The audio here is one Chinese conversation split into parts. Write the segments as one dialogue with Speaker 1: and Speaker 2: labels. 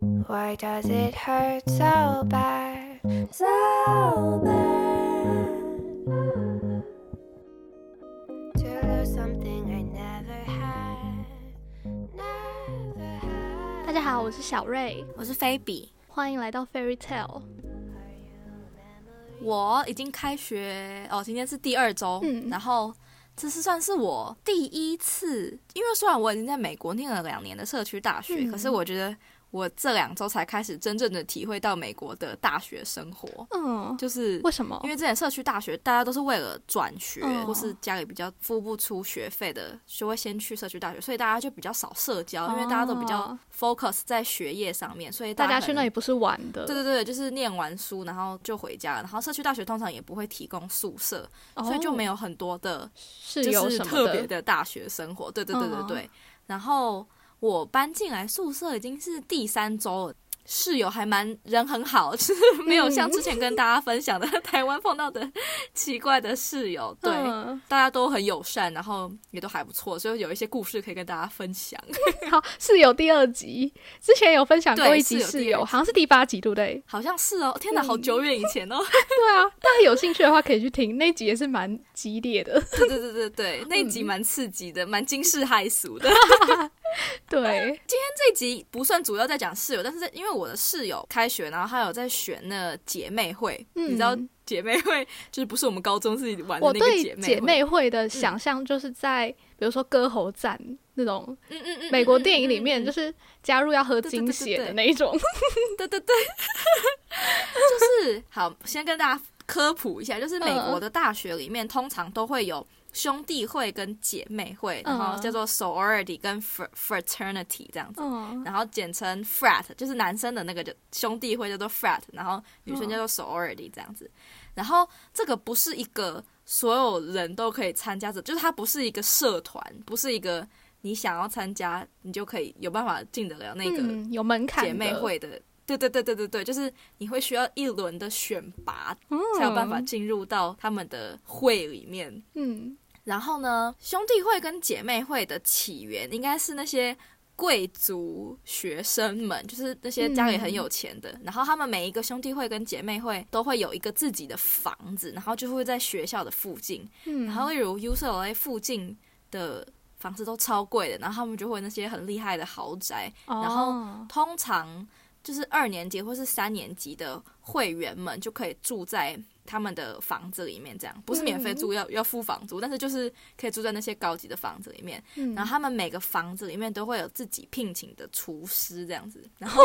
Speaker 1: Why does it hurt so bad?
Speaker 2: So bad.
Speaker 1: To lose something I never had. Never
Speaker 3: 大
Speaker 1: had.
Speaker 3: 家好，我是小瑞，
Speaker 2: 我是菲比，
Speaker 3: 欢迎来到 Fairy Tale。
Speaker 2: 我已经开学哦，今天是第二周，
Speaker 3: 嗯
Speaker 2: 然后这是算是我第一次，因为虽然我已经在美国念了两年的社区大学，
Speaker 3: 嗯
Speaker 2: 可是我觉得我这两周才开始真正的体会到美国的大学生活，
Speaker 3: 嗯，
Speaker 2: 就是
Speaker 3: 为什么
Speaker 2: 因？为之前社区大学大家都是为了转学，
Speaker 3: 嗯
Speaker 2: 或是家里比较付不出学费的，就会先去社区大学，所以大家就比较少社交，因为大家都比较
Speaker 3: 哦
Speaker 2: focus 在学业上面，所以
Speaker 3: 大家
Speaker 2: 可
Speaker 3: 去那
Speaker 2: 能
Speaker 3: 里不是玩的，
Speaker 2: 对对对，就是念完书然后就回家了，然后社区大学通常也不会提供宿舍，
Speaker 3: 哦
Speaker 2: 所以就没有很多的，
Speaker 3: 室友
Speaker 2: 就是
Speaker 3: 什么
Speaker 2: 特别
Speaker 3: 的。嗯
Speaker 2: 的大学生活。对对对对对。然后我搬进来宿舍已经是第三周了。室友还蛮人很好，
Speaker 3: 嗯
Speaker 2: 就是没有像之前跟大家分享的 台湾碰到的 奇怪的室友，对，
Speaker 3: 嗯
Speaker 2: 大家都很友善，然后也都还不错，所以有一些故事可以跟大家分享。
Speaker 3: 好，室友第二集之前有分享过
Speaker 2: 对
Speaker 3: 一集
Speaker 2: 室友
Speaker 3: 室
Speaker 2: 第二
Speaker 3: 友，
Speaker 2: 集？
Speaker 3: 好像是第八集，对不对
Speaker 2: 好像是哦，天哪，
Speaker 3: 嗯
Speaker 2: 好久远以前哦，
Speaker 3: 对啊，大家有兴趣的话可以去听，那集也是蛮激烈 的。
Speaker 2: 对对对对
Speaker 3: 嗯
Speaker 2: 对，那一集蛮刺激的，蛮惊世骇俗 的。
Speaker 3: 对，
Speaker 2: 这一集不算主要在讲室友，但是在因为我的室友开学，然后还有在选那姐妹会，
Speaker 3: 嗯
Speaker 2: 你知道姐妹会就是不是我们高中自己玩的
Speaker 3: 我
Speaker 2: 那个
Speaker 3: 对
Speaker 2: 姐妹会
Speaker 3: 姐妹会的想象就是在比如说歌喉战那种
Speaker 2: 嗯嗯嗯，
Speaker 3: 美国电影里面，就是是加入要喝
Speaker 2: 对对对
Speaker 3: 精
Speaker 2: 对
Speaker 3: 血的
Speaker 2: 对
Speaker 3: 那一种。
Speaker 2: 对对对，就是好，先跟大家科普一下，就是美国的大学里面通常都会有。兄弟会跟姐妹会，然
Speaker 3: 嗯
Speaker 2: 后叫做 sorority 跟 fr- fraternity 这样子。
Speaker 3: 嗯，
Speaker 2: 然后简称 frat，就是男生的那个就兄弟会叫做 frat，然后女
Speaker 3: 嗯
Speaker 2: 生叫做 sorority 这样子。然后这个不是一个所有人都可以参加的，就是它不是一个社团，不是一个你想要参加你就可以有办法进得了那个
Speaker 3: 嗯有门槛的
Speaker 2: 姐妹会的。对对对对对对，就是你会需要一轮的选拔
Speaker 3: 嗯
Speaker 2: 才有办法进入到他们的会里面。
Speaker 3: 嗯，
Speaker 2: 然后呢，兄弟会跟姐妹会的起源应该是那些贵族学生们，就是那些家里很有钱的。然后他们每一个兄弟会跟姐妹会都会有一个自己的房子，然后就会在学校的附近。
Speaker 3: 嗯
Speaker 2: 然后例如 UCLA 附近的房子都超贵的，然后他们就会那些很厉害的豪宅，然后
Speaker 3: 哦
Speaker 2: 通常就是二年级或是三年级的会员们就可以住在他们的房子里面，这样不是免费
Speaker 3: 嗯
Speaker 2: 住，要要付房租，但是就是可以住在那些高级的房子里面。
Speaker 3: 嗯
Speaker 2: 然后他们每个房子里面都会有自己聘请的厨师这样子，然后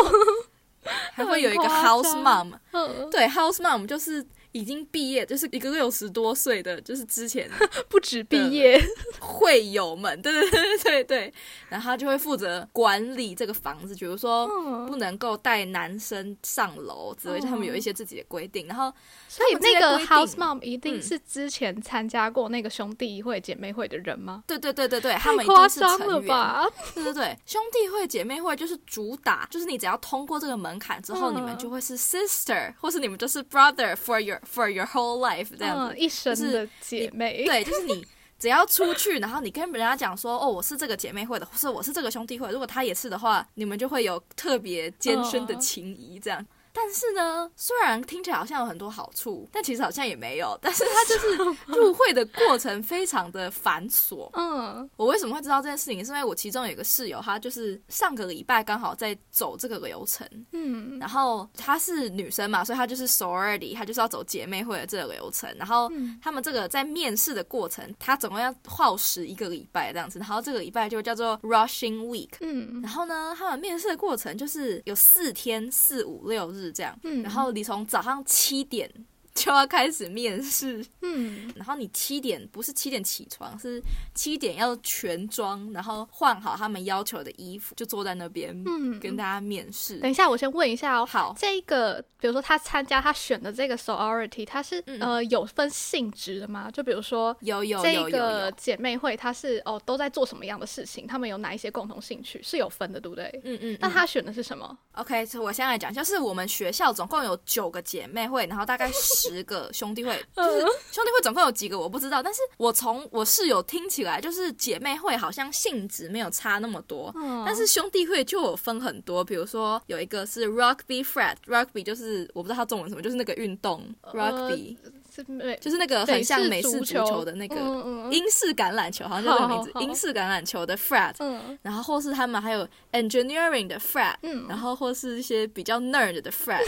Speaker 2: 还会有一个
Speaker 3: 很夸
Speaker 2: house
Speaker 3: 张
Speaker 2: mom，
Speaker 3: 嗯
Speaker 2: 对 house mom 就是已经毕业，就是一个六十多岁的，就是之前
Speaker 3: 不止毕业，
Speaker 2: 会友们，对对对对对，然后他就会负责管理这个房子，比如说。不
Speaker 3: 嗯，
Speaker 2: 能够带男生上楼之类，就他们有一些自己的规
Speaker 3: 哦
Speaker 2: 定。然后
Speaker 3: 所以
Speaker 2: 他们
Speaker 3: 那个
Speaker 2: 这些规定
Speaker 3: house mom 一定
Speaker 2: 嗯
Speaker 3: 是之前参加过那个兄弟会、姐妹会的人吗？
Speaker 2: 对对对对哎对，他们
Speaker 3: 太
Speaker 2: 一定
Speaker 3: 夸
Speaker 2: 是
Speaker 3: 张了
Speaker 2: 成员。
Speaker 3: 吧？
Speaker 2: 对对对，兄弟会、姐妹会就是主打，就是你只要通过这个门槛之后，
Speaker 3: 嗯
Speaker 2: 你们就会是 sister，或是你们就是 brother for your for your whole life 这样子。
Speaker 3: 嗯，一生
Speaker 2: 就是
Speaker 3: 的姐妹，
Speaker 2: 对，就是你只要出去，然后你跟人家讲说，哦，我是这个姐妹会的，或是我是这个兄弟会，如果他也是的话，你们就会有特别艰深的情谊这样。但是呢，虽然听起来好像有很多好处，但其实好像也没有。但是它就是入会的过程非常的繁琐。
Speaker 3: 嗯，
Speaker 2: 我为什么会知道这件事情？是因为我其中有一个室友，她就是上个礼拜刚好在走这个流程，
Speaker 3: 嗯
Speaker 2: 然后她是女生嘛，所以她就是 sorority，她就是要走姐妹会的这个流程。然后
Speaker 3: 嗯，
Speaker 2: 他们这个在面试的过程，他总共要耗时一个礼拜这样子，然后这个礼拜就叫做 rushing week。
Speaker 3: 嗯
Speaker 2: 然后呢，他们面试的过程就是有四天，四五六日这样，
Speaker 3: 嗯
Speaker 2: 然后你从早上七点就要开始面试，
Speaker 3: 嗯，
Speaker 2: 然后你七点不是七点起床，是七点要全妆，然后换好他们要求的衣服，就坐在那边、
Speaker 3: 嗯
Speaker 2: 跟大家面试。
Speaker 3: 等一下，我先问一下哦。
Speaker 2: 好，
Speaker 3: 这个，比如说他参加他选的这个 sorority，他是、
Speaker 2: 嗯
Speaker 3: 呃有分性质的吗？就比如说
Speaker 2: 有有有有
Speaker 3: 这
Speaker 2: 有
Speaker 3: 个，姐妹会，她是哦都在做什么样的事情？她们有哪一些共同兴趣？是有分的，对不对？
Speaker 2: 嗯嗯，
Speaker 3: 那
Speaker 2: 嗯
Speaker 3: 她选的是什么？
Speaker 2: OK，所以我先来讲，就是我们学校总共有九个姐妹会，然后大概十十个兄弟会，就是兄弟会总共有几个我不知道，但是我从我室友听起来，就是姐妹会好像性质没有差那么多，
Speaker 3: 嗯
Speaker 2: 但是兄弟会就有分很多，比如说有一个是 rugby frat，rugby 就是我不知道它中文什么，就是那个运动
Speaker 3: 呃
Speaker 2: rugby，、
Speaker 3: 是美
Speaker 2: 就是那个很像美式足球的那个、
Speaker 3: 嗯嗯
Speaker 2: 英式橄榄球，好像叫这个名字，
Speaker 3: 好好好
Speaker 2: 英式橄榄球的 frat，、
Speaker 3: 嗯
Speaker 2: 然后或是他们还有 engineering 的 frat，
Speaker 3: 嗯
Speaker 2: 然后或是一些比较 nerd 的 frat。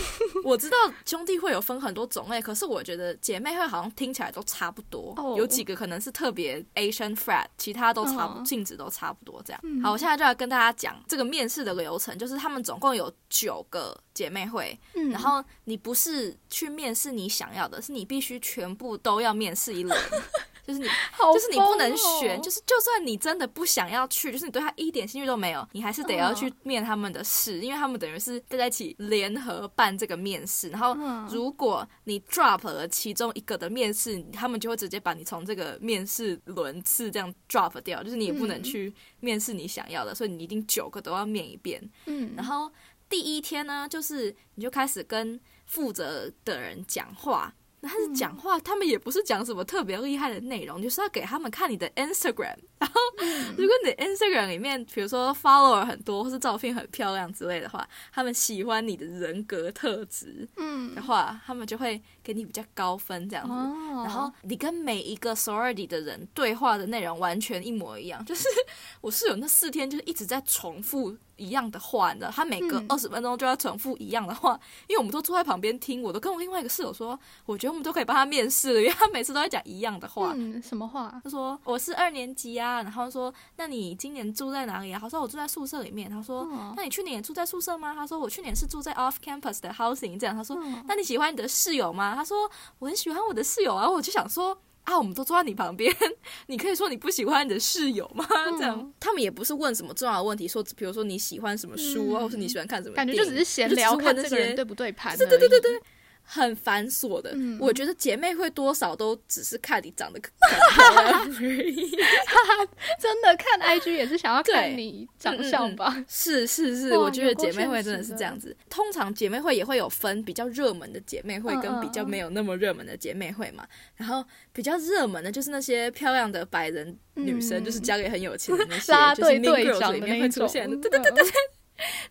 Speaker 2: 我知道兄弟会有分很多种类，可是我觉得姐妹会好像听起来都差不多
Speaker 3: 哦
Speaker 2: 有几个可能是特别 Asian frat，其他都差不、
Speaker 3: 嗯
Speaker 2: 性质都差不多这样。好，我现在就来跟大家讲这个面试的流程，就是他们总共有九个姐妹会，
Speaker 3: 嗯，
Speaker 2: 然后你不是去面试你想要的，是你必须全部都要面试一 轮。就是你
Speaker 3: 好
Speaker 2: 就是你不能选，
Speaker 3: 疯哦
Speaker 2: 就是就算你真的不想要去，就是你对他一点兴趣都没有，你还是得要去面他们的试，因为他们等于是大家一起联合办这个面试。然后
Speaker 3: 嗯
Speaker 2: 如果你 drop 了其中一个的面试，他们就会直接把你从这个面试轮次这样 drop 掉，就是你也不能
Speaker 3: 嗯
Speaker 2: 去面试你想要的，所以你一定九个都要面一遍。
Speaker 3: 嗯，
Speaker 2: 然后第一天呢，就是你就开始跟负责的人讲话。但是讲话，他们也不是讲什么特别厉害的内容，就是要给他们看你的 Instagram。然后，如果你的 Instagram 里面，比如说 follower 很多，或是照片很漂亮之类的话，他们喜欢你的人格特质
Speaker 3: 嗯
Speaker 2: 的，话，他们就会给你比较高分这样子。
Speaker 3: 哦，
Speaker 2: 然后你跟每一个 sorority 的人对话的内容完全一模一样，就是 我室友那四天就是一直在重复一样的话，你知道，他每隔
Speaker 3: 嗯
Speaker 2: 二十分钟就要重复一样的话，因为我们都坐在旁边听，我都跟我另外一个室友说，我觉得我们都可以帮他面试了，因为他每次都在讲一样的话。
Speaker 3: 嗯，什么话？
Speaker 2: 他说我是二年级啊，然后说那你今年住在哪里啊？他说我住在宿舍里面。他说、
Speaker 3: 嗯
Speaker 2: 那你去年也住在宿舍吗？他说我去年是住在 off campus 的 housing 这样。他说、
Speaker 3: 嗯
Speaker 2: 那你喜欢你的室友吗？他说我很喜欢我的室友啊，我就想说。啊，我们都坐在你旁边， 你可以说你不喜欢你的室友吗？
Speaker 3: 嗯
Speaker 2: 这样，嗯他们也不是问什么重要的问题，说比如说你喜欢什么书
Speaker 3: 嗯
Speaker 2: 啊，或是你喜欢看什么
Speaker 3: 感
Speaker 2: 电
Speaker 3: 觉
Speaker 2: 影，
Speaker 3: 就只是闲
Speaker 2: 就
Speaker 3: 聊，
Speaker 2: 问
Speaker 3: 看
Speaker 2: 那
Speaker 3: 这个人
Speaker 2: 些
Speaker 3: 对不对盘。
Speaker 2: 对对对对对，很繁琐的。
Speaker 3: 嗯
Speaker 2: 我觉得姐妹会多少都只是看你长得很漂亮而已。
Speaker 3: 真的 看 IG 也是想要
Speaker 2: 对嗯
Speaker 3: 看你长相吧？
Speaker 2: 是是是，
Speaker 3: 哇
Speaker 2: 我觉得
Speaker 3: 有够
Speaker 2: 姐妹会
Speaker 3: 现
Speaker 2: 真的
Speaker 3: 实
Speaker 2: 是
Speaker 3: 的
Speaker 2: 这样子。通常姐妹会也会有分比较热门的姐妹会
Speaker 3: 嗯
Speaker 2: 跟比较没有那么热门的姐妹会嘛。然后比较热门的就是那些漂亮的白人女生，
Speaker 3: 嗯
Speaker 2: 就是家里很有钱的那些，
Speaker 3: 拉
Speaker 2: 就是
Speaker 3: 队
Speaker 2: Mean
Speaker 3: 队
Speaker 2: Girls
Speaker 3: 长
Speaker 2: 里
Speaker 3: 的
Speaker 2: 面
Speaker 3: 那
Speaker 2: 会
Speaker 3: 一
Speaker 2: 出
Speaker 3: 种，
Speaker 2: 现的。对
Speaker 3: 对对对，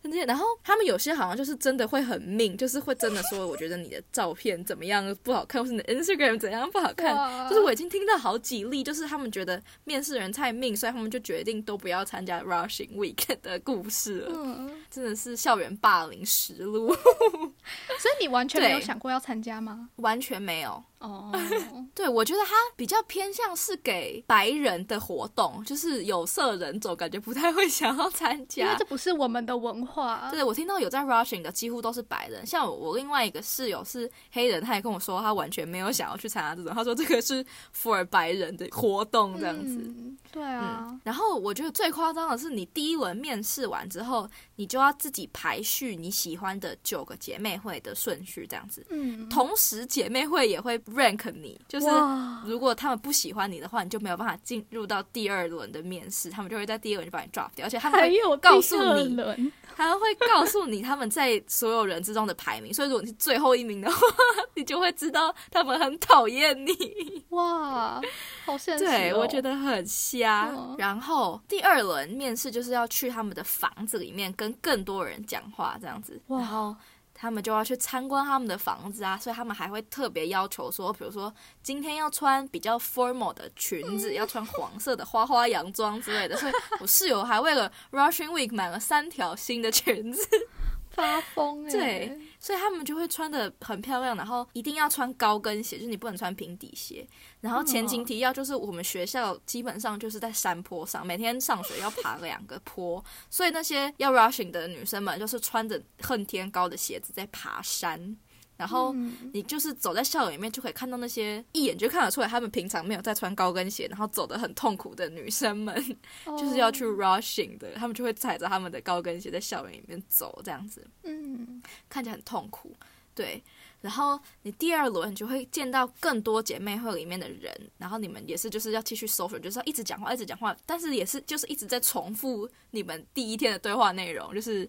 Speaker 2: 那些，然后他们有些好像就是真的会很命，就是会真的说，我觉得你的照片怎么样不好看，或是你的 Instagram 怎样不好看，
Speaker 3: 嗯哇
Speaker 2: 就是我已经听到好几例，就是他们觉得面试人太命，所以他们就决定都不要参加 Rushing Week 的故事了，
Speaker 3: 嗯，
Speaker 2: 真的是校园霸凌实录，
Speaker 3: 所以你完全没有
Speaker 2: 对
Speaker 3: 想过要参加吗？
Speaker 2: 完全没有。
Speaker 3: 哦，
Speaker 2: 对，我觉得它比较偏向是给白人的活动，就是有色人种感觉不太会想要参
Speaker 3: 因为
Speaker 2: 加
Speaker 3: 这。不是我们的文化。
Speaker 2: 对，我听到有在 rushing 的几乎都是白人，像我我另外一个室友是黑人，他也跟我说他完全没有想要去参加这种，他说这个是 for 白人的活动这样子。
Speaker 3: 嗯，对啊
Speaker 2: 嗯，，然后我觉得最夸张的是，你第一轮面试完之后，你就要自己排序你喜欢的九个姐妹会的顺序，这样子。
Speaker 3: 嗯，
Speaker 2: 同时，姐妹会也会 rank 你，就是
Speaker 3: 哇
Speaker 2: 如果他们不喜欢你的话，你就没有办法进入到第二轮的面试，他们就会在第一轮就把你 drop 掉，而且他们
Speaker 3: 还
Speaker 2: 会
Speaker 3: 有
Speaker 2: 告诉
Speaker 3: 第二
Speaker 2: 你
Speaker 3: 轮
Speaker 2: 他会告诉你他们在所有人之中的排名，所以如果你是最后一名的话，你就会知道他们很讨厌你。
Speaker 3: 哇，好现实、哦。
Speaker 2: 对，我觉得很瞎。
Speaker 3: 嗯
Speaker 2: 然后第二轮面试就是要去他们的房子里面跟更多人讲话，这样子。
Speaker 3: 哇
Speaker 2: 然后他们就要去参观他们的房子啊，所以他们还会特别要求说，比如说今天要穿比较 formal 的裙子，要穿黄色的花花洋装之类的。所以我室友还为了 Russian Week 买了三条新的裙子。
Speaker 3: 发疯哎、
Speaker 2: 对，所以他们就会穿的很漂亮，然后一定要穿高跟鞋，就是你不能穿平底鞋。然后前情提要就是我们学校基本上就是在山坡上，每天上学要爬两个坡，所以那些要 rushing 的女生们就是穿着恨天高的鞋子在爬山，然后。
Speaker 3: 嗯
Speaker 2: 你就是走在校园里面，就可以看到那些一眼就看得出来，他们平常没有在穿高跟鞋，然后走得很痛苦的女生们，就是要去
Speaker 3: 哦
Speaker 2: rushing 的，他们就会踩着他们的高跟鞋在校园里面走，这样子。
Speaker 3: 嗯，
Speaker 2: 看起来很痛苦，对。然后你第二轮你就会见到更多姐妹会里面的人，然后你们也是就是要继续 social，就是要一直讲话，一直讲话，但是也是就是一直在重复你们第一天的对话内容，就是。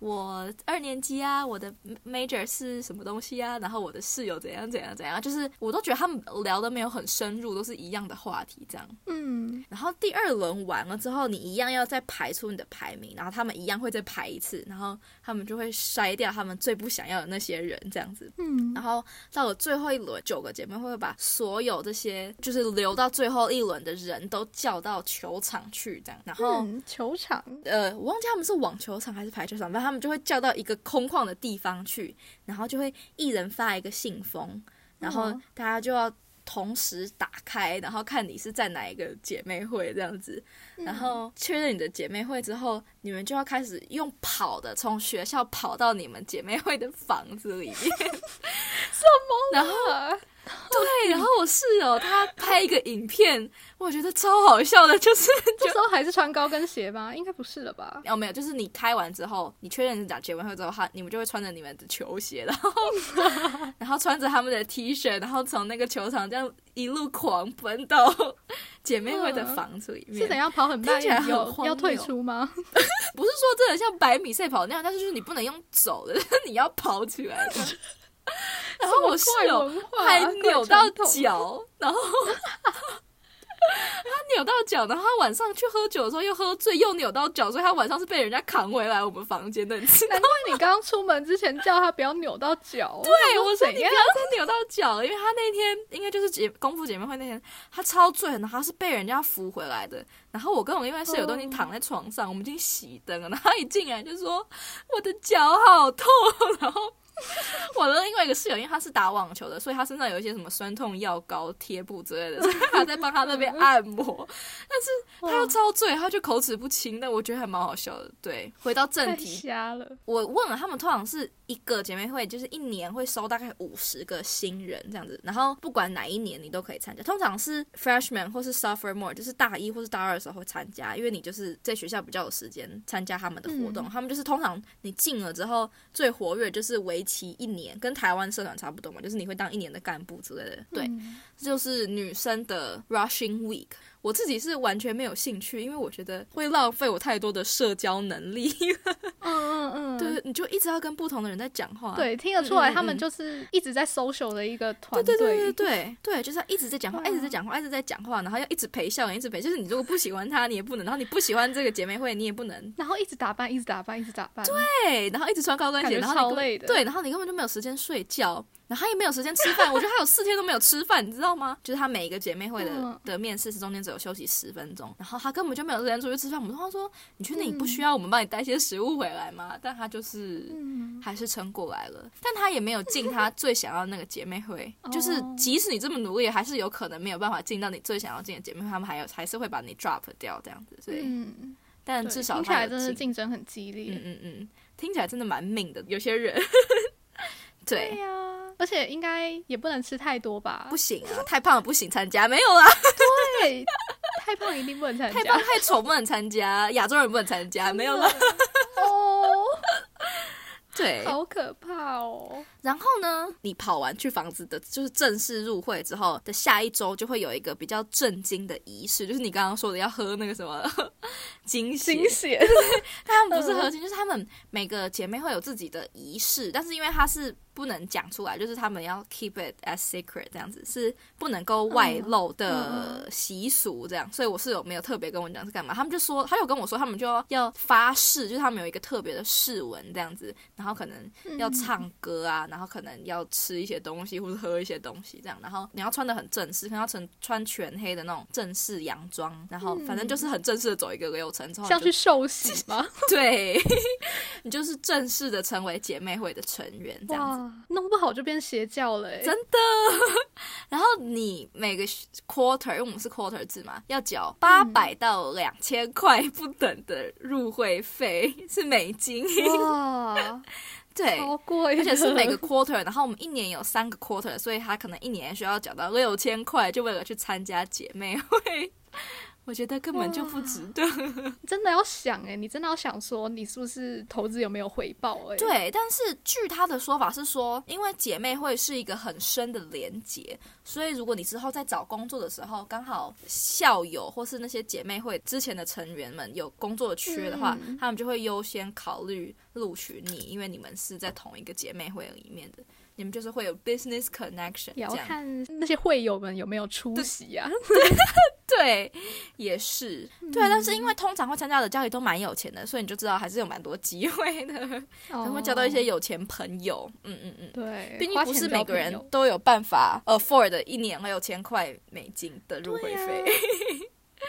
Speaker 2: 我二年级啊，我的 major 是什么东西啊，然后我的室友怎样怎样怎样，就是我都觉得他们聊的没有很深入，都是一样的话题这样。
Speaker 3: 嗯，
Speaker 2: 然后第二轮完了之后，你一样要再排出你的排名，然后他们一样会再排一次，然后他们就会筛掉他们最不想要的那些人，这样子。
Speaker 3: 嗯
Speaker 2: 然后到了最后一轮，九个姐妹会把所有这些就是留到最后一轮的人都叫到球场去，这样。然后、
Speaker 3: 嗯，球场，
Speaker 2: 呃，我忘记他们是网球场还是排球场，反正他们就会叫到一个空旷的地方去，然后就呃会一人发一个信封，然后
Speaker 3: 嗯
Speaker 2: 大家就要同时打开，然后看你是在哪一个姐妹会这样子，
Speaker 3: 嗯
Speaker 2: 然后确认你的姐妹会之后，你们就要开始用跑的从学校跑到你们姐妹会的房子里面，什么？然后
Speaker 3: 啊
Speaker 2: 对，然后我室友他拍一个影片，我觉得超好笑的，就是
Speaker 3: 这时候还是穿高跟鞋吗？应该不是了吧？
Speaker 2: 哦，没有，就是你开完之后，你确认是打结完会之后，他你们就会穿着你们的球鞋，然后 然后穿着他们的 T 恤，然后从那个球场这样一路狂奔到姐妹会的房子里面。
Speaker 3: 是怎样跑很慢
Speaker 2: 听起来很
Speaker 3: 有
Speaker 2: 荒
Speaker 3: 要退
Speaker 2: 谬
Speaker 3: 出吗？
Speaker 2: 不是说真的像百米赛跑那样，但是就是你不能用走的， 你要跑起来的。然后哦我室友
Speaker 3: 怪文化
Speaker 2: 还
Speaker 3: 怪
Speaker 2: 扭到
Speaker 3: 传统
Speaker 2: 脚，然后 他扭到脚，然后他晚上去喝酒的时候又喝醉，又扭到脚，所以他晚上是被人家扛回来我们房间的。你 知道
Speaker 3: 难
Speaker 2: 吗？
Speaker 3: 怪你刚刚出门之前叫他不要扭到脚。
Speaker 2: 对，我说
Speaker 3: 怎
Speaker 2: 你不要
Speaker 3: 样？
Speaker 2: 再扭到脚了，因为他那天应该就是姐功夫姐妹会那天，他超醉，然后他是被人家扶回来的。然后我跟我另外室友都已经躺在床上，我们已经熄灯了，然后他一进来就说我的脚好痛，然后。我的另外一个室友，因为他是打网球的，所以他身上有一些什么酸痛药膏、贴布之类的，所以他在帮他那边按摩。但是他又超醉，他就口齿不清，但我觉得还蛮好笑的。对，回到正
Speaker 3: 太
Speaker 2: 题，
Speaker 3: 瞎了。
Speaker 2: 我问了他们，通常是一个姐妹会，就是一年会收大概五十个新人这样子，然后不管哪一年你都可以参加。通常是 freshman 或是 sophomore，就是大一或是大二的时候会参加，因为你就是在学校比较有时间参加他们的活动。
Speaker 3: 嗯
Speaker 2: 他们就是通常你进了之后，最活跃就是为期一年，跟台湾社团差不多嘛，就是你会当一年的干部之类的。对，
Speaker 3: 嗯
Speaker 2: 这就是女生的 rushing week。我自己是完全没有兴趣，因为我觉得会浪费我太多的社交能力。
Speaker 3: 嗯嗯嗯，
Speaker 2: 对，你就一直要跟不同的人在讲话。
Speaker 3: 对，听得出来
Speaker 2: 嗯嗯
Speaker 3: 他们
Speaker 2: 嗯
Speaker 3: 就是一直在 social 的一个团
Speaker 2: 对
Speaker 3: 队。
Speaker 2: 对对对对对，就是要一直在讲话，
Speaker 3: 对啊
Speaker 2: 一直在讲话，一直在讲话，然后要一直陪笑脸，一直陪。就是你如果不喜欢他，你也不能；然后你不喜欢这个姐妹会，你也不能。
Speaker 3: 然后一直打扮，一直打扮，一直打扮。对，
Speaker 2: 对，然后一直穿高跟
Speaker 3: 感觉
Speaker 2: 鞋，然后你
Speaker 3: 超
Speaker 2: 根本
Speaker 3: 累的
Speaker 2: 对，然后你根本就没有时间睡觉。然后他也没有时间吃饭，我觉得他有四天都没有吃饭，你知道吗？就是他每一个姐妹会的、
Speaker 3: 嗯
Speaker 2: 的面试是中间只有休息十分钟，然后他根本就没有时间出去吃饭。我们通常说，你确定你不需要我们帮你带些食物回来吗？但他就是，
Speaker 3: 嗯，
Speaker 2: 还是撑过来了，但她也没有进她最想要的那个姐妹会，就是
Speaker 3: 哦
Speaker 2: 即使你这么努力，还是有可能没有办法进到你最想要进的姐妹会，他们还有还是会把你 drop 掉这样子，所以、
Speaker 3: 嗯，
Speaker 2: 但
Speaker 3: 对
Speaker 2: 至少
Speaker 3: 听起来
Speaker 2: 她
Speaker 3: 真的
Speaker 2: 有进，
Speaker 3: 竞争很激
Speaker 2: 嗯
Speaker 3: 烈。
Speaker 2: 嗯嗯，听起来真的蛮命的，有些人， 对，
Speaker 3: 呀、而且应该也不能吃太多吧
Speaker 2: 不？行啊，太胖了不行参加，没有啊，
Speaker 3: 对，太胖一定不能参
Speaker 2: 太
Speaker 3: 加
Speaker 2: 胖。太丑不能参加，亚洲人不能参加，没有
Speaker 3: 真
Speaker 2: 啦，
Speaker 3: 的哦，
Speaker 2: 对，
Speaker 3: 好可怕哦！
Speaker 2: 然后呢，你跑完去房子的，就是正式入会之后的下一周，就会有一个比较震惊的仪式，就是你刚刚说的要喝那个什么 金血。
Speaker 3: 血，
Speaker 2: 他们不是合金，就是他们每个姐妹会有自己的仪式，但是因为它是不能讲出来，就是他们要 keep it as secret 这样子，是不能够外露的习俗这样。所以我室友没有特别跟我讲是干嘛，他们就说，他就跟我说，他们就要要发誓，就是他们有一个特别的誓文这样子，然后可能
Speaker 3: 嗯
Speaker 2: 要唱歌啊，然后可能要吃一些东西或者喝一些东西这样，然后你要穿的很正式，可能要穿穿全黑的那种正式洋装，然后反正就是很正式的走一个流程之后，
Speaker 3: 像
Speaker 2: 你
Speaker 3: 嗯
Speaker 2: 就
Speaker 3: 去受洗吗？
Speaker 2: 对，你就是正式的成为姐妹会的成员这样子。
Speaker 3: 哇，弄不好就变邪教了、欸。
Speaker 2: 真然后你每个 quarter，因为我们是 quarter 制嘛，要
Speaker 3: 嗯
Speaker 2: 缴八百到两千块不等的入会费，是美金。
Speaker 3: 哇，
Speaker 2: 对，
Speaker 3: 超贵的，
Speaker 2: 而且是 每个 quarter，然后我们一年有三个 quarter，所以他可能一年需要缴到六千块，就为了去参加姐妹会。我觉得根本就不值 得。欸
Speaker 3: 真的要想哎、你真的要想说你是不是投资有没有回报哎、，
Speaker 2: 对，但是据他的说法是说，因为姐妹会是一个很深的连结，所以如果你之后在找工作的时候，刚好校友或是那些姐妹会之前的成员们有工作缺的话，
Speaker 3: 嗯
Speaker 2: 他们就会优先考虑录取你，因为你们是在同一个姐妹会里面的，你们就是会有 business connection 这
Speaker 3: 也要
Speaker 2: 样。
Speaker 3: 看那些会友们有没有出席啊。
Speaker 2: 对，也是对，但是
Speaker 3: 嗯
Speaker 2: 因为通常会参加的家里都蛮有钱的，所以你就知道还是有蛮多机会的，可
Speaker 3: 然
Speaker 2: 能会交到一些有钱朋友。嗯嗯嗯。
Speaker 3: 哦对，
Speaker 2: 毕竟
Speaker 3: 花
Speaker 2: 不
Speaker 3: 钱
Speaker 2: 是
Speaker 3: 交
Speaker 2: 每个
Speaker 3: 朋
Speaker 2: 人
Speaker 3: 友
Speaker 2: 都有办法 afford 的一年六千块美金的入会费。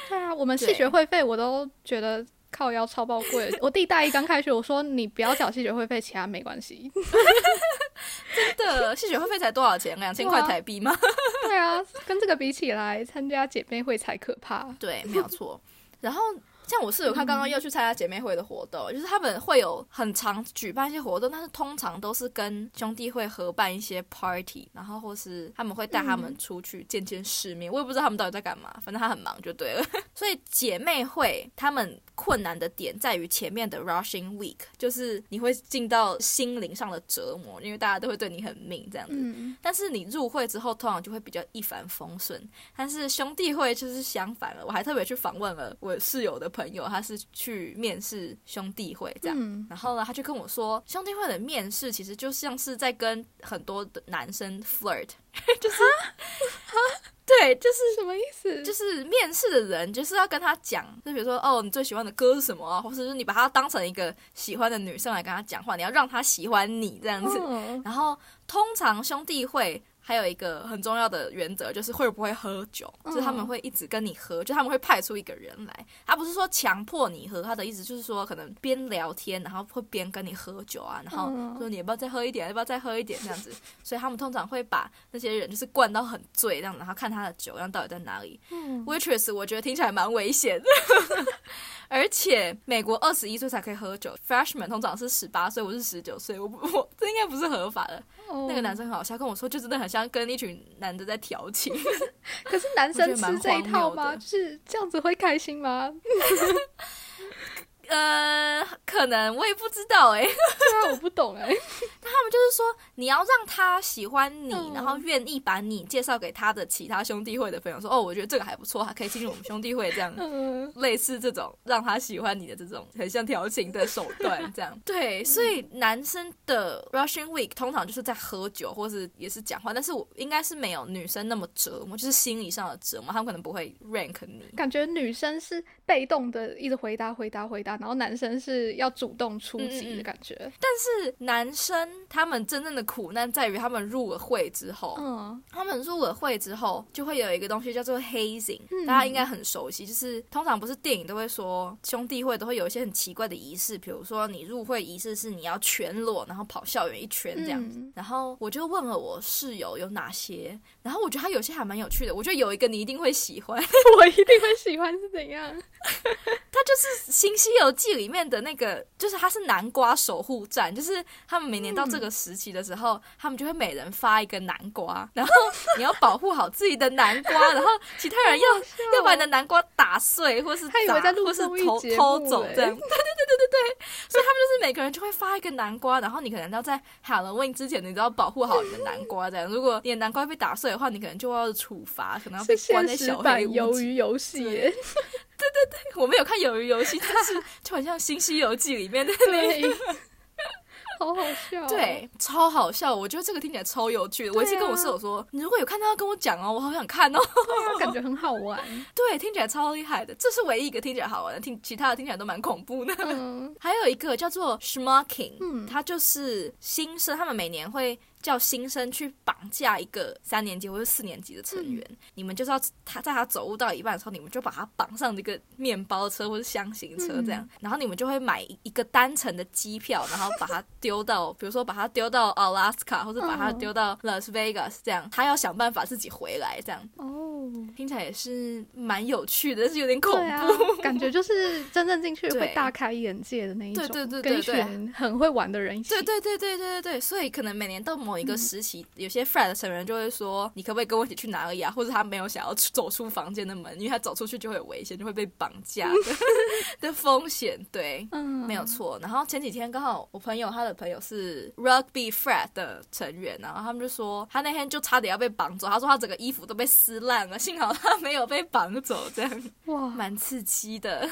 Speaker 3: 对啊，我们
Speaker 2: 对
Speaker 3: 系学会费我都觉得靠腰超爆贵 的。我弟大一刚开学，我说你不要缴系学会费，其他没关系。
Speaker 2: 真
Speaker 3: 啊
Speaker 2: 的，系学会费才多少钱？两千块台币吗？
Speaker 3: 对啊，跟这个比起来，参加姐妹会才可怕。
Speaker 2: 对，没有错。然后。像我室友，他刚刚又去参加姐妹会的活动，就是他们会有很常举办一些活动，但是通常都是跟兄弟会合办一些 party，然后或是他们会带他们出去见见世面。我也不知道他们到底在干嘛，反正他很忙就对了。 所以姐妹会他们困难的点在于前面的 rushing week，就是你会进到心灵上的折磨，因为大家都会对你很命这样子。
Speaker 3: 嗯，
Speaker 2: 但是你入会之后，通常就会比较一帆风顺。但是兄弟会就是相反了，我还特别去访问了我室友的朋友，他是去面试兄弟会这样。
Speaker 3: 嗯
Speaker 2: 然后呢，他就跟我说，兄弟会的面试其实就像是在跟很多的男生 flirt，就是， 对，就是
Speaker 3: 什么意思？
Speaker 2: 就是是面试的人就是要跟他讲，就比如说哦，你最喜欢的歌是什么啊，或者是你把他当成一个喜欢的女生来跟他讲话，你要让他喜欢你
Speaker 3: 哦
Speaker 2: 这样子。
Speaker 3: 嗯
Speaker 2: 然后通常兄弟会还有一个很重要的原则，就是会不会喝酒，
Speaker 3: 嗯
Speaker 2: 就是他们会一直跟你喝，就他们会派出一个人来，他不是说强迫你喝，他的意思就是说可能边聊天，然后会边跟你喝酒啊，然后
Speaker 3: 嗯
Speaker 2: 说你要不要再喝一点，要不要再喝一点这样子， 所以他们通常会把那些人就是灌到很醉这样，然后看他的酒量到底在哪里，
Speaker 3: 嗯
Speaker 2: waitress 我觉得听起来蛮危险的， 而且美国二十一岁才可以喝酒，freshman 通常是十八岁，我是十九岁，我不我这应该不是合法的。
Speaker 3: 哦
Speaker 2: 那个男生很好笑，跟我说就真的很像跟一群男的在调情，
Speaker 3: 可是男生吃这一套
Speaker 2: 我觉得蛮荒
Speaker 3: 吗？
Speaker 2: 谬的
Speaker 3: 就是这样子会开心吗？
Speaker 2: 呃，可能我也不知道哎、
Speaker 3: 对啊，我不懂哎、
Speaker 2: 他们就是说你要让他喜欢你，
Speaker 3: 嗯
Speaker 2: 然后愿意把你介绍给他的其他兄弟会的朋友，说哦，我觉得这个还不错，还可以进入我们兄弟会这样。
Speaker 3: 嗯，
Speaker 2: 类似这种让他喜欢你的这种很像调情的手段，嗯这样 对，所以男生的 Russian Week 通常就是在喝酒或是也是讲话，但是我应该是没有女生那么折磨，就是心理上的折磨，他们可能不会 rank 你。
Speaker 3: 感觉女生是被动的，一直回答回答回答，然后男生是要主动出击
Speaker 2: 嗯嗯
Speaker 3: 的
Speaker 2: 嗯
Speaker 3: 感觉。
Speaker 2: 但是男生他们真正的苦难在于他们入了会之后，
Speaker 3: 嗯
Speaker 2: 他们入了会之后就会有一个东西叫做 hazing，、
Speaker 3: 嗯
Speaker 2: 大家应该很熟悉，就是通常不是电影都会说兄弟会都会有一些很奇怪的仪式，比如说你入会仪式是你要全裸，然后跑校园一圈这样。
Speaker 3: 嗯
Speaker 2: 然后我就问了我室友有哪些，然后我觉得他有些还蛮有趣的，我觉得有一个你一定会喜 欢，
Speaker 3: 我一定会喜欢是怎 样？
Speaker 2: 它就是《新西游记》里面的那个，就是它是南瓜守护站，就是他们每年到这个时期的时候，他们就会每人发一个南瓜，然后你要保护好自己的南瓜，然后其他人要要把你的南瓜打碎，或是
Speaker 3: 他以为
Speaker 2: 砸
Speaker 3: 在录
Speaker 2: 或是
Speaker 3: 综艺
Speaker 2: 偷
Speaker 3: 节
Speaker 2: 偷
Speaker 3: 目
Speaker 2: 走
Speaker 3: 欸
Speaker 2: 这样。对对对对对对，所以他们就是每个人就会发一个南瓜，然后你可能要在 Halloween 之前，你都要保护好你的南瓜这样。如果你的南瓜被打碎的话，你可能就要处罚，可能要被
Speaker 3: 是
Speaker 2: 关
Speaker 3: 现
Speaker 2: 在
Speaker 3: 实
Speaker 2: 小
Speaker 3: 版
Speaker 2: 黑屋
Speaker 3: 鱿
Speaker 2: 之
Speaker 3: 鱼游戏
Speaker 2: 对
Speaker 3: 耶，
Speaker 2: 我没有看《鱿鱼游戏》，但 是就很像《新西游记》里 面的那
Speaker 3: 对， 好好笑、哦。，
Speaker 2: 对，超好笑。我觉得这个听起来超有趣的。我一直
Speaker 3: 对啊
Speaker 2: 跟我室友说，你如果有看到，要跟我讲哦，我好想看哦。
Speaker 3: 感觉很好玩。
Speaker 2: 对，听起来超厉害的，这是唯一一个听起来好玩的，听其他的听起来都蛮恐怖的。
Speaker 3: 嗯，
Speaker 2: 还有一个叫做 schmucking，、
Speaker 3: 嗯
Speaker 2: 它就是新生，他们每年会叫新生去绑架一个三年级或者四年级的成员，
Speaker 3: 嗯
Speaker 2: 你们就是要他在他走路到一半的时候，你们就把他绑上这个面包车或者箱型车这样，
Speaker 3: 嗯
Speaker 2: 然后你们就会买一个单程的机票，然后把它丢到，比如说把它丢到 Alaska 或者把它
Speaker 3: 嗯
Speaker 2: 丢到 Las Vegas 这样，他要想办法自己回来这样，
Speaker 3: 哦，
Speaker 2: 听起来也是蛮有趣的，但是有点恐怖。
Speaker 3: 对啊，感觉就是真正进去会
Speaker 2: 对
Speaker 3: 大开眼界的那一种，
Speaker 2: 对对对对
Speaker 3: 跟一
Speaker 2: 对
Speaker 3: 群很会玩的人一起。
Speaker 2: 对对对对对对对，所以可能每年到某某一个时期，有些 frat 的成员就会说，你可不可以跟我一起去哪里啊？或者他没有想要出走出房间的门，因为他走出去就会有危险，就会被绑架的的风险。对，
Speaker 3: 嗯，
Speaker 2: 没有错。然后前几天刚好我朋友他的朋友是 rugby frat 的成员，然后他们就说他那天就差点要被绑走，他说他整个衣服都被撕烂了，幸好他没有被绑走，这样
Speaker 3: 哇，
Speaker 2: 蛮刺激的。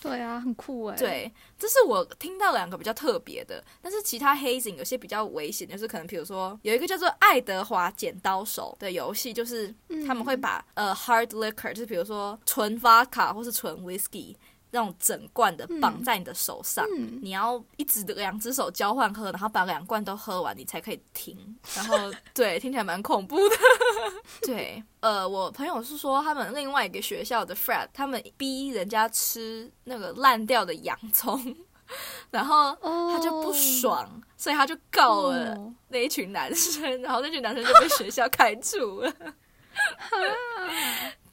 Speaker 3: 对啊，很酷哎、，
Speaker 2: 对，这是我听到两个比较特别的，但是其他黑警有些比较危险，就是可能比如说有一个叫做爱德华剪刀手的游戏，就是
Speaker 3: 嗯
Speaker 2: 他们会把、呃 hard liquor，就是比如说纯 vodka 或是纯 whisky 那种整罐的绑在你的手上。
Speaker 3: 嗯，
Speaker 2: 你要一直的两只手交换喝，然后把两罐都喝完，你才可以停。然 后对，听起来蛮恐怖的。对，呃，我朋友是说他们另外一个学校的 frat，他们逼人家吃那个烂掉的洋葱，然后
Speaker 3: 哦，
Speaker 2: 他就不爽，所以他就告了
Speaker 3: 哦
Speaker 2: 那一群男生，然后那群男生就被学校开除 了。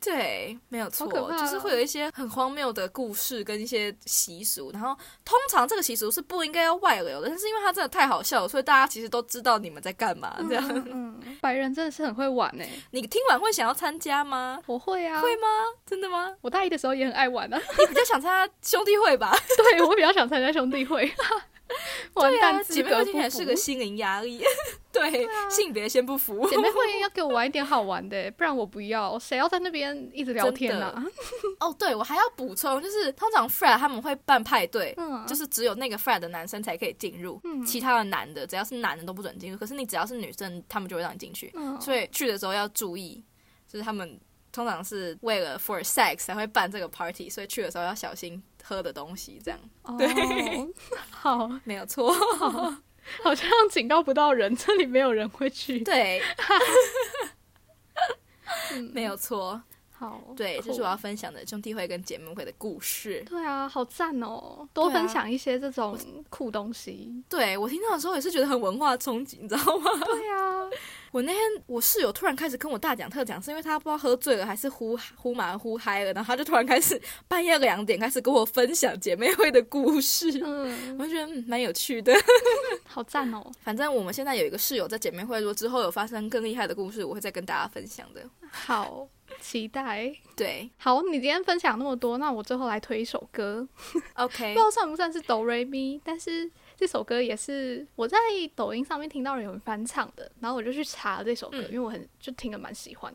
Speaker 2: 对，没有错，
Speaker 3: 好可怕哦
Speaker 2: 就是会有一些很荒谬的故事跟一些习俗，然后通常这个习俗是不应该要外流的，但是因为它真的太好笑了，所以大家其实都知道你们在干嘛。这样，
Speaker 3: 嗯，嗯白人真的是很会玩哎、
Speaker 2: 你听完会想要参加吗？
Speaker 3: 我会啊，
Speaker 2: 会吗？真的吗？
Speaker 3: 我大一的时候也很爱玩啊，
Speaker 2: 你比较想参加兄弟会 吧？
Speaker 3: 对我比较想参加兄弟 会，完
Speaker 2: 对啊，
Speaker 3: 蛋
Speaker 2: 姐
Speaker 3: 资
Speaker 2: 妹
Speaker 3: 格不
Speaker 2: 会听起来是个
Speaker 3: 符
Speaker 2: 心灵压力，对，性别先不服。
Speaker 3: 姐妹 会要给我玩一点好玩的欸、不然我不要，谁要在那边一直聊天啊？
Speaker 2: 哦，对，我还要补充，就是通常 frat 他们会办派对，
Speaker 3: 嗯，
Speaker 2: 就是只有那个 frat 的男生才可以进入，
Speaker 3: 嗯
Speaker 2: 其他的男的只要是男的都不准进入。可是你只要是女生，他们就会让你进去。
Speaker 3: 嗯，
Speaker 2: 所以去的时候要注意，就是他们通常是为了 for sex 才会办这个 party，所以去的时候要小心喝的东西，这样
Speaker 3: 哦
Speaker 2: 对，
Speaker 3: 好，
Speaker 2: 没有错。
Speaker 3: 好像警告不到人，这里没有人会去，
Speaker 2: 对，
Speaker 3: 嗯
Speaker 2: 没有错。
Speaker 3: 好，
Speaker 2: 对，这是
Speaker 3: 酷
Speaker 2: 我要分享的兄弟会跟姐妹会的故事。
Speaker 3: 对啊，好赞哦！多
Speaker 2: 对啊
Speaker 3: 分享一些这种酷东 西。
Speaker 2: 对我听到的时候也是觉得很文化冲击，你知道吗？
Speaker 3: 对啊，
Speaker 2: 我那天我室友突然开始跟我大讲特讲，是因为他不知道喝醉了还是呼呼麻呼嗨了，然后他就突然开始半夜两点开始跟我分享姐妹会的故事，
Speaker 3: 嗯，
Speaker 2: 我就觉得嗯蛮有趣的。
Speaker 3: 好赞哦！
Speaker 2: 反正我们现在有一个室友在姐妹会，如果之后有发生更厉害的故事，我会再跟大家分享的。
Speaker 3: 好期待。
Speaker 2: 对
Speaker 3: 好，你今天分享那么多，那我最后来推一首歌，不
Speaker 2: ，OK，
Speaker 3: 知道算不算是哆瑞咪，但是这首歌也是我在抖音上面听到有人翻唱的，然后我就去查了这首歌，
Speaker 2: 嗯
Speaker 3: 因为我很就听的蛮喜欢。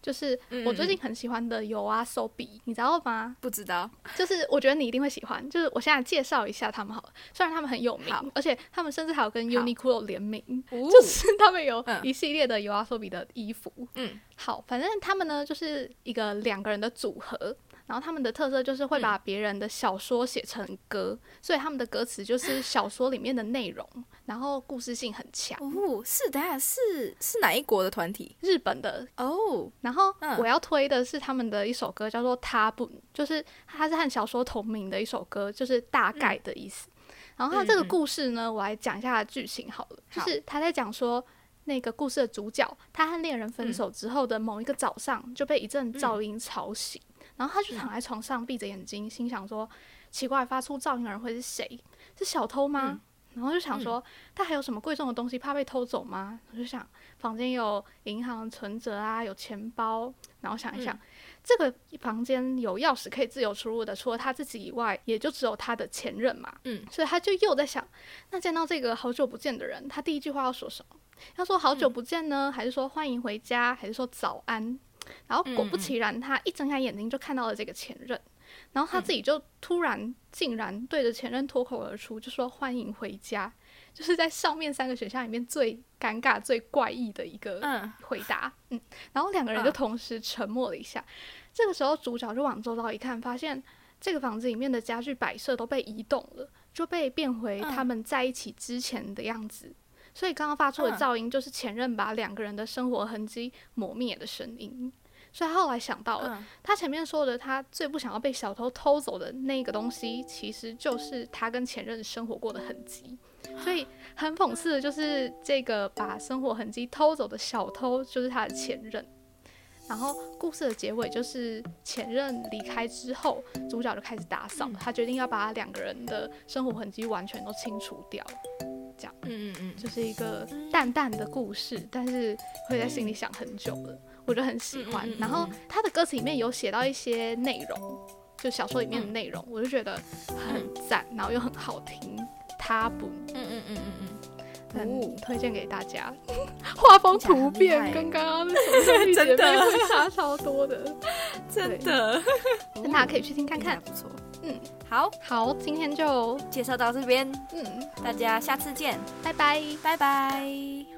Speaker 3: 就是
Speaker 2: 嗯
Speaker 3: 我最近很喜欢的有啊 So Be，你知道吗？
Speaker 2: 不知道，
Speaker 3: 就是我觉得你一定会喜欢，就是我现在介绍一下他们好了。虽然他们很有名
Speaker 2: 好，
Speaker 3: 而且他们甚至还有跟 Uniqlo 联名，
Speaker 2: 哦
Speaker 3: 就是他们有
Speaker 2: 嗯
Speaker 3: 一系列的尤阿索比的衣服。
Speaker 2: 嗯，
Speaker 3: 好，反正他们呢就是一个两个人的组合，然后他们的特色就是会
Speaker 2: 嗯
Speaker 3: 把别人的小说写成歌，所以他们的歌词就是小说里面的内容，然后故事性很强。
Speaker 2: 哦，是等一下是是哪一国的团体？
Speaker 3: 日本的
Speaker 2: 哦，
Speaker 3: 然后
Speaker 2: 嗯
Speaker 3: 我要推的是他们的一首歌，叫做《他不》，就是它是和小说同名的一首歌，就是大概的意思。然后它这个
Speaker 2: 嗯嗯嗯
Speaker 3: 故事呢，我来讲一下剧情好了，就
Speaker 2: 好
Speaker 3: 是他在讲说。那个故事的主角，他和恋人
Speaker 2: 嗯
Speaker 3: 分手之后的某一个早上，就被一阵噪音吵醒，然后他就
Speaker 2: 嗯
Speaker 3: 躺在床上闭着眼睛，心想说：奇怪，发出噪音的人会是谁？是小偷吗？
Speaker 2: 嗯
Speaker 3: 然后就想说，他还有什么贵重的东西怕被偷走吗？我就想，房间有银行存折啊，有钱包，然后想一想，
Speaker 2: 嗯
Speaker 3: 这个房间有钥匙可以自由出入的，除了他自己以外，也就只有他的前任嘛。
Speaker 2: 嗯，
Speaker 3: 所以他就又在想，那见到这个好久不见的人，他第一句话要说什么？要说好
Speaker 2: 嗯
Speaker 3: 久不见呢，还是说欢迎回家，还是说早安？然后果不
Speaker 2: 嗯嗯
Speaker 3: 其然，他一睁开眼睛就看到了这个前任，然
Speaker 2: 嗯
Speaker 3: 后他自己就突然竟然对着前任脱口而出，就说欢迎回家，就是在上面三个选项里面最尴尬、最怪异的一个
Speaker 2: 嗯，
Speaker 3: 回答，嗯，然后两个人就
Speaker 2: 嗯
Speaker 3: 同时沉默了一下。这个时候，主角就往周遭一看，发现这个房子里面的家具摆设都被移动了，就被变回
Speaker 2: 嗯
Speaker 3: 他们在一起之前的样子。所以刚刚发出的
Speaker 2: 嗯
Speaker 3: 噪音就是前任把两个人的生活痕迹抹灭的声音。所以他后来想到了，
Speaker 2: 嗯
Speaker 3: 他前面说的他最不想要被小偷偷走的那个东西，其实就是他跟前任生活过的痕迹。所以很讽刺的就是，这个把生活痕迹偷走的小偷就是他的前任。然后故事的结尾就是前任离开之后，主角就开始打扫，他决定要把两个人的生活痕迹完全都清除掉。
Speaker 2: 嗯嗯嗯，
Speaker 3: 就是一个淡淡的故事，但是会在心里想很久的，我就很喜欢
Speaker 2: 嗯嗯嗯。嗯
Speaker 3: 然后他的歌词里面有写到一些内容，就小说里面的内容，我就觉得很赞，然后又很好听。他不
Speaker 2: 嗯嗯嗯嗯嗯，
Speaker 3: 很
Speaker 2: 哦
Speaker 3: 推荐给大家， 画风突
Speaker 2: 听起来很厉害
Speaker 3: 变，跟刚刚那首《兄弟姐
Speaker 2: 真的
Speaker 3: 妹会差超多的，
Speaker 2: 真的，
Speaker 3: 那大家可以去听看看。
Speaker 2: 哦啊不错。
Speaker 3: 嗯，
Speaker 2: 好，
Speaker 3: 好，今天就
Speaker 2: 介绍到这边，
Speaker 3: 嗯，
Speaker 2: 大家下次见，
Speaker 3: 拜拜。
Speaker 2: 拜拜。